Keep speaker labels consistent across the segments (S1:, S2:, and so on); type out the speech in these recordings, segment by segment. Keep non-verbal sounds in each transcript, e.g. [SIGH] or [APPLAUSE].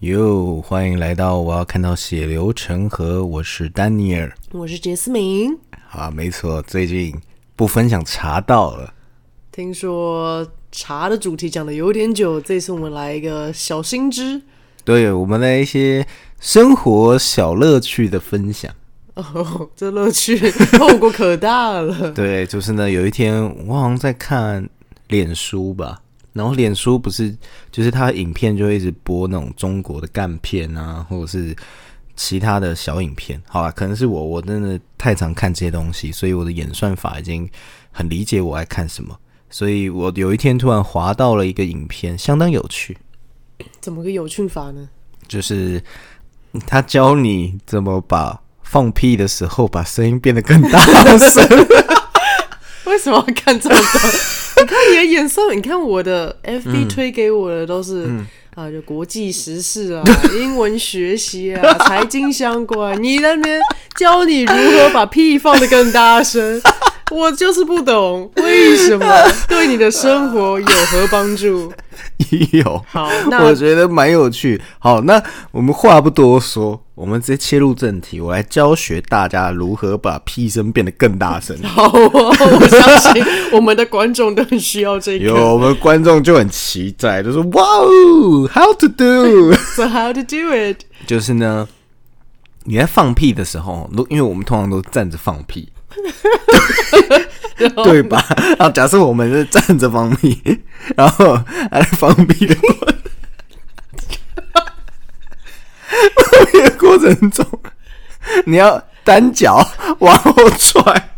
S1: 哟，欢迎来到我要看到血流成河，我是丹尼尔。
S2: 我是杰斯明。
S1: 啊，没错，最近不分享查到了，
S2: 听说茶的主题讲的有点久，这次我们来一个小新知。
S1: 对我们的一些生活小乐趣的分享。
S2: 哦，这乐趣 [LAUGHS] 后果可大 [LAUGHS] 了。
S1: 对，就是呢，有一天我好像在看脸书吧，然后脸书不是就是它影片就会一直播那种中国的干片啊，或者是其他的小影片。好啦，可能是我我真的太常看这些东西，所以我的演算法已经很理解我爱看什么。所以我有一天突然滑到了一个影片，相当有趣，
S2: 怎么个有趣法呢？
S1: 就是他教你怎么把放屁的时候把声音变得更大声。
S2: [LAUGHS] 为什么要看这么 [LAUGHS] 多？你看你的眼色，你看我的 FB 推给我的都是、啊，就国际时事 [LAUGHS] 啊、英文学习啊、财经相关。你那边教你如何把屁放得更大 [LAUGHS] 声，我就是不懂为什 [LAUGHS] 么对你的生活有何帮助？
S1: 有， [LAUGHS]
S2: 好那
S1: 我觉得蛮有趣。好，那我们话不多说，我们直接切入正题，我来教学大家如何把屁声变得更大
S2: [LAUGHS]
S1: 声。
S2: [LAUGHS] 好哦，我相信我们的观众都很需要这
S1: 有，
S2: 个。
S1: 我们观众就很期待，就说哇哦，How to do？
S2: So how to do it？
S1: 就是呢，你在放屁的时候，如因为我们通常都站着放屁， [LAUGHS] 对吧？然后假设我们是站着放屁， [LAUGHS] 然后还在放屁的过程，放屁的过程中，你要单脚往后踹。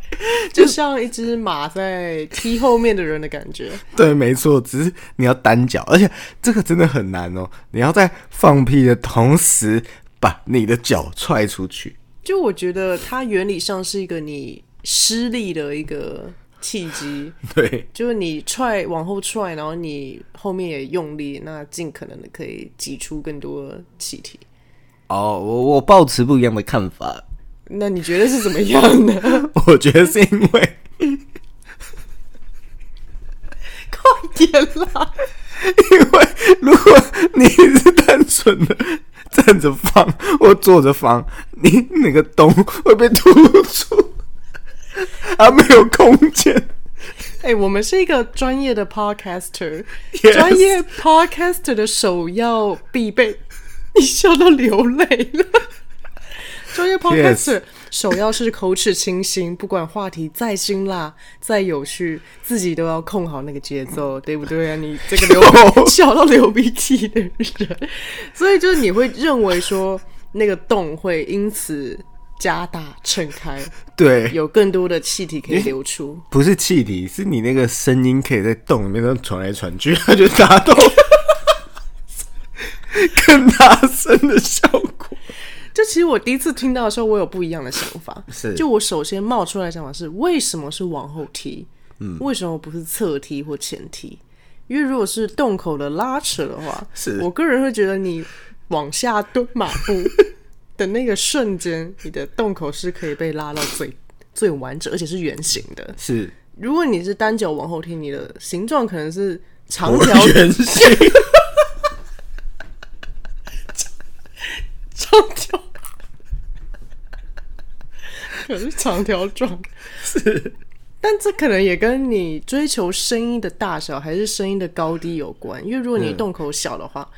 S2: 就像一只马在踢后面的人的感觉。
S1: 对，没错，只是你要单脚，而且这个真的很难哦。你要在放屁的同时，把你的脚踹出去。
S2: 就我觉得它原理上是一个你失力的一个契机，
S1: 对，
S2: 就是你踹往后踹，然后你后面也用力，那尽可能的可以挤出更多气体。
S1: 哦，我我抱持不一样的看法，
S2: 那你觉得是怎么样呢？
S1: 我觉得是因为
S2: [LAUGHS] 快点啦！
S1: 因为如果你是单纯的站着放或坐着放，你那个洞会被突出，它没有空间。
S2: 哎、我们是一个专业的 podcaster，
S1: Yes
S2: 专业 podcaster 的首要必备。 [LAUGHS] 你笑到流泪了。专业 podcaster 首要是口齿清新，不管话题再辛辣、再有趣，自己都要控好那个节奏，对不对啊？你这个流 [LAUGHS] 笑到流鼻涕的人，所以就是你会认为说那个洞会因此加大撑开，
S1: 对，
S2: 有更多的气体可以流出。
S1: 不是气体，是你那个声音可以在洞里面这样传来传去，它就达到更大声的效果。
S2: 就其实我第一次听到的时候，我有不一样的想法。
S1: 是
S2: 就我首先冒出来的想法是，为什么是往后踢？嗯，为什么不是侧踢或前踢？因为如果是洞口的拉扯的话，
S1: 是
S2: 我个人会觉得你往下蹲马步的那个瞬间，你的洞口是可以被拉到最 [LAUGHS] 最完整，而且是圆形的。
S1: 是
S2: 如果你是单脚往后踢，你的形状可能是长
S1: 我 [LAUGHS]
S2: 条
S1: 原型，
S2: 长条， [LAUGHS] 可是长条状是，但这可能也跟你追求声音的大小还是声音的高低有关，因为如果你洞口小的话，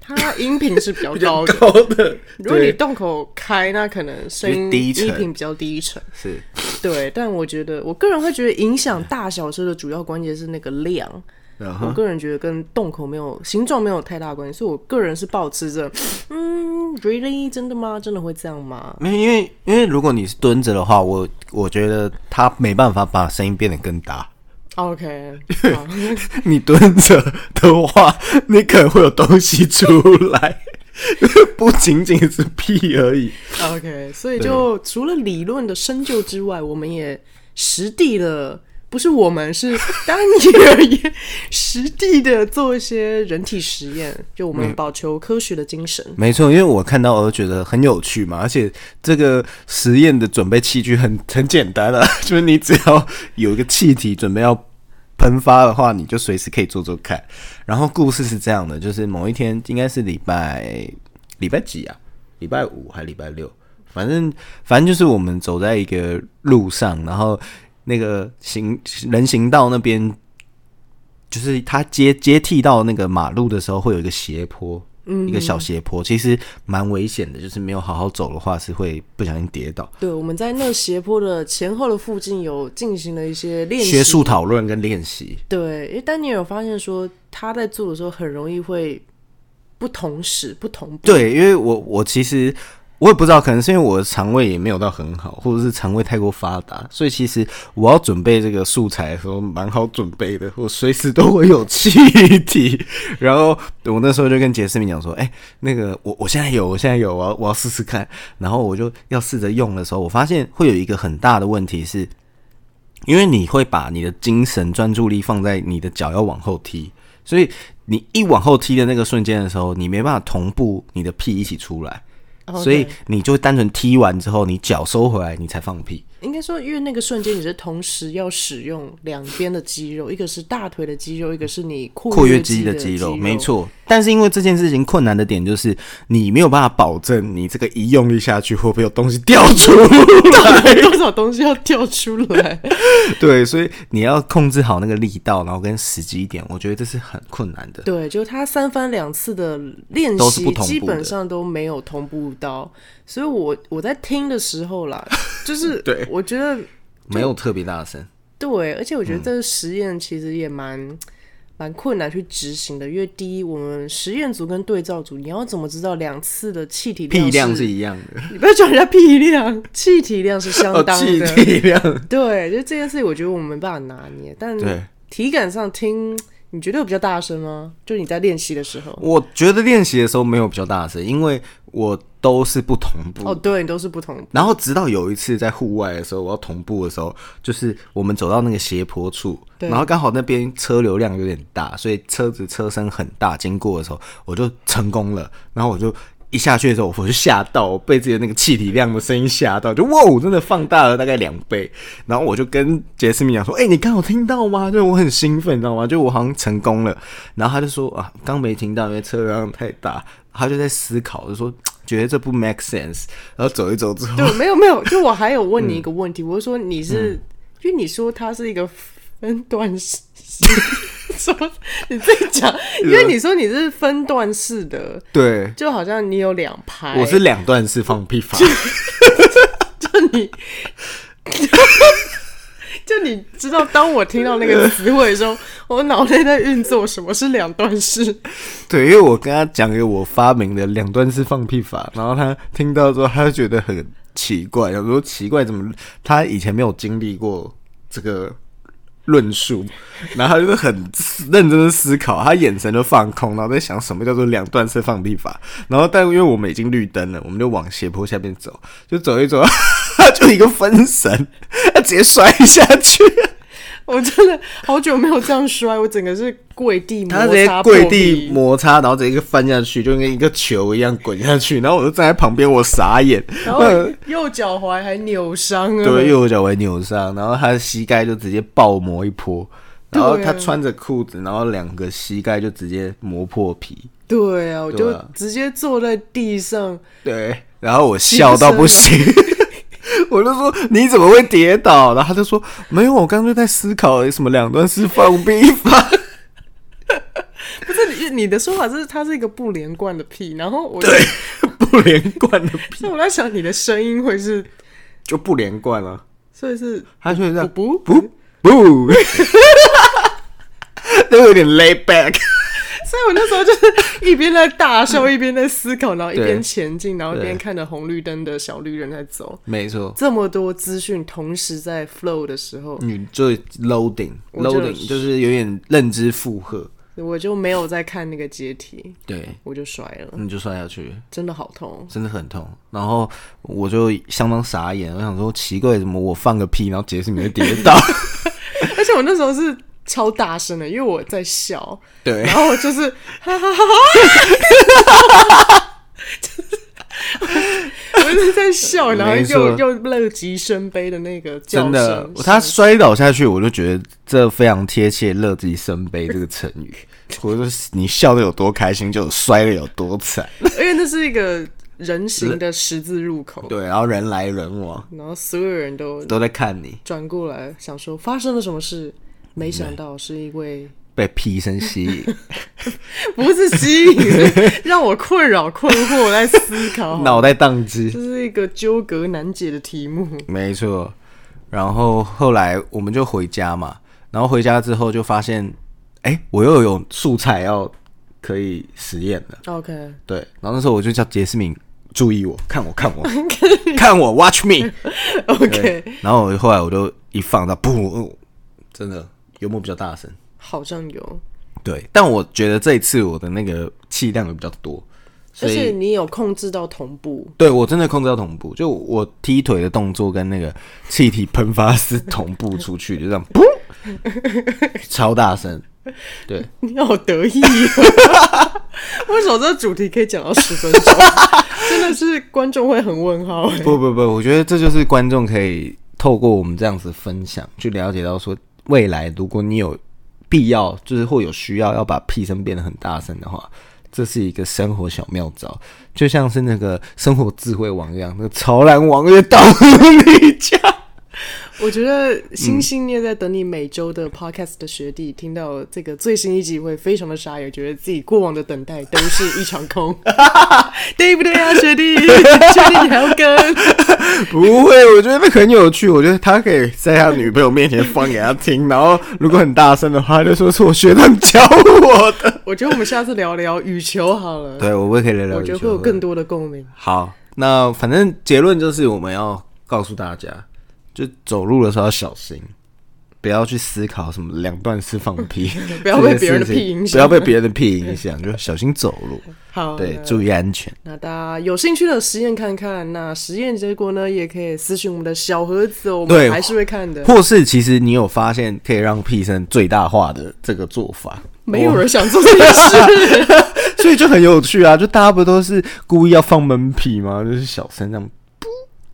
S2: 它音频是嗯 [LAUGHS] 比较高的；
S1: 高的。
S2: 如果你
S1: 对
S2: 洞口开，那可能声
S1: 就
S2: 音
S1: 低
S2: 音
S1: 沉
S2: 频比较低沉。
S1: 是
S2: 对，但我觉得我个人会觉得影响大小声的主要关键是那个量。
S1: 然
S2: 我个人觉得跟洞口没有形状没有太大关系，所以我个人是保持着，嗯，really 真的吗？真的会这样吗？
S1: 没有，因为因为如果你是蹲着的话，我我觉得他没办法把声音变得更大。 [LAUGHS]
S2: OK，好
S1: 你蹲着的话，你可能会有东西出来， [LAUGHS] 不仅仅是屁而已。
S2: ，OK，所以就除了理论的深究之外，我们也实地的，不是我们是丹尼尔也实地的做一些人体实验，就我们保求科学的精神。
S1: 没错，因为我看到我就觉得很有趣嘛，而且这个实验的准备器具很 [LAUGHS] 很简单啊，就是你只要有一个气体准备要喷发的话，你就随时可以做做看。然后故事是这样的，就是某一天应该是礼拜礼拜几啊？礼拜五还礼拜六？反正反正就是我们走在一个路上，然后那个行人行道那边，就是它接接替到那个马路的时候，会有一个斜坡，
S2: 嗯
S1: 一个小斜坡，其实蛮危险的，就是没有好好走的话，是会不小心跌倒。
S2: 对，我们在那斜坡的前后的附近有进行了一些练习。
S1: 学术讨论跟练习，
S2: 对，因为丹尼尔有发现说他在做的时候很容易会不同时不同步。
S1: 对，因为我我其实我也不知道，可能是因为我的肠胃也没有到很好，或者是肠胃太过发达，所以其实我要准备这个素材的时候蛮好准备的，我随时都会有气体。然后我那时候就跟杰斯明讲说：“哎、那个我我现在有，我现在有，我要我要试试看。”然后我就要试着用的时候，我发现会有一个很大的问题是，因为你会把你的精神专注力放在你的脚要往后踢，所以你一往后踢的那个瞬间的时候，你没办法同步你的屁一起出来，
S2: OK
S1: 所以你就单纯踢完之后，你脚收回来，你才放屁。
S2: 应该说，因为那个瞬间你是同时要使用两边的肌肉，一个是大腿的肌肉，一个是你
S1: 括
S2: 括
S1: 约
S2: 肌
S1: 肌
S2: 的
S1: 的
S2: 肌
S1: 肌肉，没。
S2: [LAUGHS]
S1: 错。但是因为这件事情困难的点就是，你没有办法保证你这个一用力下去会不会有东西掉 [LAUGHS] 出来。
S2: 多少东西要掉出来？ [LAUGHS]
S1: 对，所以你要控制好那个力道，然后跟时机点，我觉得这是很困难的。
S2: 对，就是他三番两次的练
S1: 都是
S2: 习
S1: 不，同步的
S2: 基本上都没有同步到，所以我我在听的时候啦，就
S1: [LAUGHS]
S2: 是
S1: 对
S2: 我觉得
S1: 没有特别大声，
S2: 对，而且我
S1: 嗯
S2: 觉得这个实验其实也蛮蛮困难去执行的，因为第一，我们实验组跟对照组，你要怎么知道两次的气体
S1: 屁量
S2: 是
S1: 是一样的，
S2: 你不要叫人家屁量，气体量是相
S1: 哦，
S2: 当
S1: 气
S2: 的。
S1: 体量，
S2: 对，就这件事情，我觉得我们没办法拿捏。但
S1: 对。
S2: 体感上听，你觉得有比较大声吗？就你在练习的时候，
S1: 我觉得练习的时候没有比较大声，因为我都是不同步。
S2: 哦，对，你都是不同。
S1: 然后直到有一次在户外的时候，我要同步的时候，就是我们走到那个斜坡处，
S2: 对
S1: 然后刚好那边车流量有点大，所以车子车身很大，经过的时候我就成功了。然后我就一下去的时候，我就吓到，我被自己的那个气体量的声音吓到，就哇，哦我真的放大了大概两倍。然后我就跟杰斯米讲说：“哎、你刚好听到吗？”就我很兴奋，你知道吗？就我好像成功了。然后他就说：“啊，刚没听到，因为车流量太大。”他就在思考，就说觉得这不 make sense。然后走一走之后，
S2: 对，没有没有，就我还有问你
S1: 嗯
S2: 一个问题，我是说你是，因为你说它是一个分段式， [LAUGHS] 什么？你自己
S1: [LAUGHS]
S2: 讲，因为你说你是分段式的，
S1: 对，
S2: 就好像你有两排，
S1: 我是两段式放屁法，
S2: 就你， [LAUGHS] 就你知道，当我听到那个词汇的时候，我脑袋在运作什么是两段式。
S1: [LAUGHS] 对，因为我跟他讲一个我发明的两段式放屁法，然后他听到之后，他就觉得很奇怪，他说奇怪怎么他以前没有经历过这个论述，然后他就是很思认真的思考，他眼神就放空，然后在想什么叫做两段式放屁法，然后但因为我们已经绿灯了，我们就往斜坡下面走， [LAUGHS] 就走一走，他就一个分神， [LAUGHS] 他直接摔下去。
S2: 我真的好久没有这样摔，我整个是跪地摩
S1: 他
S2: 擦
S1: 直接
S2: 破皮，
S1: 跪地摩擦，然后直接一个翻下去，就跟一个球一样滚下去。然后我就站在旁边，我傻眼。呃 [LAUGHS]
S2: 然后右脚踝还扭伤了。
S1: 对，右脚踝扭伤，然后他的膝盖就直接爆磨一波。然后
S2: 对
S1: 他穿着裤子，然后两个膝盖就直接磨破皮。
S2: 对啊，我就
S1: 对啊
S2: 直接坐在地上，
S1: 对，然后我笑到不
S2: [LAUGHS]
S1: 行， [LAUGHS] 我就说你怎么会跌倒？然后他就说没有，我刚刚就在思考什么两段式放 [LAUGHS] 屁法。
S2: 不是你你的说法是它是一个不连贯的屁，然后我
S1: 对，不连贯的屁
S2: 所以我在想你的声音会是，
S1: 就不连贯了。
S2: 所以是
S1: 他就会这样
S2: 不
S1: 不不， [LAUGHS] 都有点 lay back。
S2: 所以我那时候就是一边在大
S1: [LAUGHS]
S2: 笑，一边在思考，然后一
S1: 对
S2: 边前进，然后一边
S1: 对
S2: 看着红绿灯的小绿人在走。
S1: 没错，
S2: 这么多资讯同时在 flow 的时候，
S1: 你就 loading
S2: 我就
S1: loading 就是有点认知负荷，
S2: 我就没有在看那个阶梯，
S1: 对，
S2: 我就摔了，
S1: 你就摔下去，
S2: 真的好痛。
S1: 真的很痛。然后我就相当傻眼，我想说奇怪，怎么我放个屁，然后杰斯米就跌倒？
S2: 而且我那时候是超大声的，因为我在笑，
S1: [LAUGHS] 对
S2: 然，后我就是哈哈哈哈哈哈，就是在笑，然后
S1: 没
S2: 又
S1: 错
S2: 又乐极生悲的那个叫
S1: [LAUGHS] 真
S2: 声。
S1: 的，
S2: 是
S1: 他摔倒下去，我就觉得这非常贴切“乐极生悲”这个成语。我说你笑的有多开心，就摔的有多惨。
S2: 因为那是一个人形的十字路口，
S1: 对，然后人来人往，
S2: 然后所有人都
S1: 都在看你
S2: 转过来想说发生了什么事，没想到是一位
S1: 被屁声吸引，
S2: 不是吸引，是让我困扰、困惑，我在思考。
S1: 脑袋宕机
S2: 这。哦是一个纠葛难解的题目。
S1: 没错。然后后来我们就回家嘛，然后回家之后就发现，哎、我又有素材要可以实验了。
S2: OK，
S1: 对，然后那时候我就叫杰斯敏注意我，看我，看我，看我，watch me。
S2: OK，
S1: 然后我后来我就一放到，噗，真的幽默比较大声。
S2: 好像有，
S1: 对，但我觉得这一次我的那个气量也比较多，所
S2: 而
S1: 以
S2: 且你有控制到同步，
S1: 对我真的控制到同步，就我踢腿的动作跟那个气体喷发是同步出去，就这样，噗， [LAUGHS] 超大声。对，
S2: 你好得意、哦。 [LAUGHS] 为什么这主题可以讲到十分钟？ [LAUGHS] 真的是观众会很问号、欸。
S1: [COUGHS] 不不不，我觉得这就是观众可以透过我们这样子分享，去了解到说，未来如果你有必要，就是或有需要要把屁声变得很大声的话，这是一个生活小妙招，就像是那个生活智慧王一样，那个潮男王越 [LAUGHS] 到你家。
S2: 我觉得
S1: 嗯
S2: 心心念在等你每周的 podcast 的学弟听到这个最新一集会非常的傻眼，觉得自己过往的等待都是一场空， [LAUGHS] 对不对啊，学
S1: [LAUGHS]
S2: 弟？确定你还要跟？
S1: 不会，我觉得那很有趣。我觉得他可以在他女朋友面前放给他听，然后如果很大声的话，他就说是我学长教我的。
S2: 我觉得我们下次聊聊羽球好了，
S1: 对，我们可以聊聊。
S2: 我觉得会有更多的共鸣。，
S1: 好。那反正结论就是，我们要告诉大家，就走路的时候要小心，不要去思考什么两段式放 [LAUGHS] 屁
S2: 不要被别人的屁影响
S1: 不要被别人的屁影响，就小心走路，
S2: 好，
S1: 对，
S2: 那
S1: 注意安全。
S2: 那大家有兴趣的实验看看，那实验结果呢，也可以私信我们的小盒子哦，我
S1: 对
S2: 们还是会
S1: [LAUGHS]
S2: 看的。
S1: 或是其实你有发现可以让屁声最大化的这个做法，
S2: 没有人想做这件事，
S1: 所以就很有趣啊！就大家不都是故意要放闷屁吗？就是小声这样，噗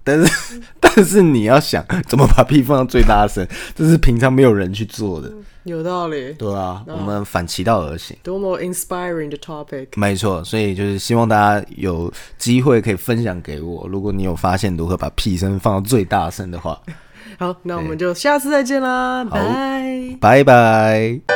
S1: 但是 [LAUGHS] 但是你要想怎么把屁放到最大声，这是平常没有人去做的，
S2: 有道理，
S1: 对啊，我们反其道而行。
S2: 多么 inspiring 的 topic。
S1: 没错，所以就是希望大家有机会可以分享给我。如果你有发现如何把屁声放到最大声的话，
S2: 好，那我们就下次再见啦，拜。
S1: 拜拜。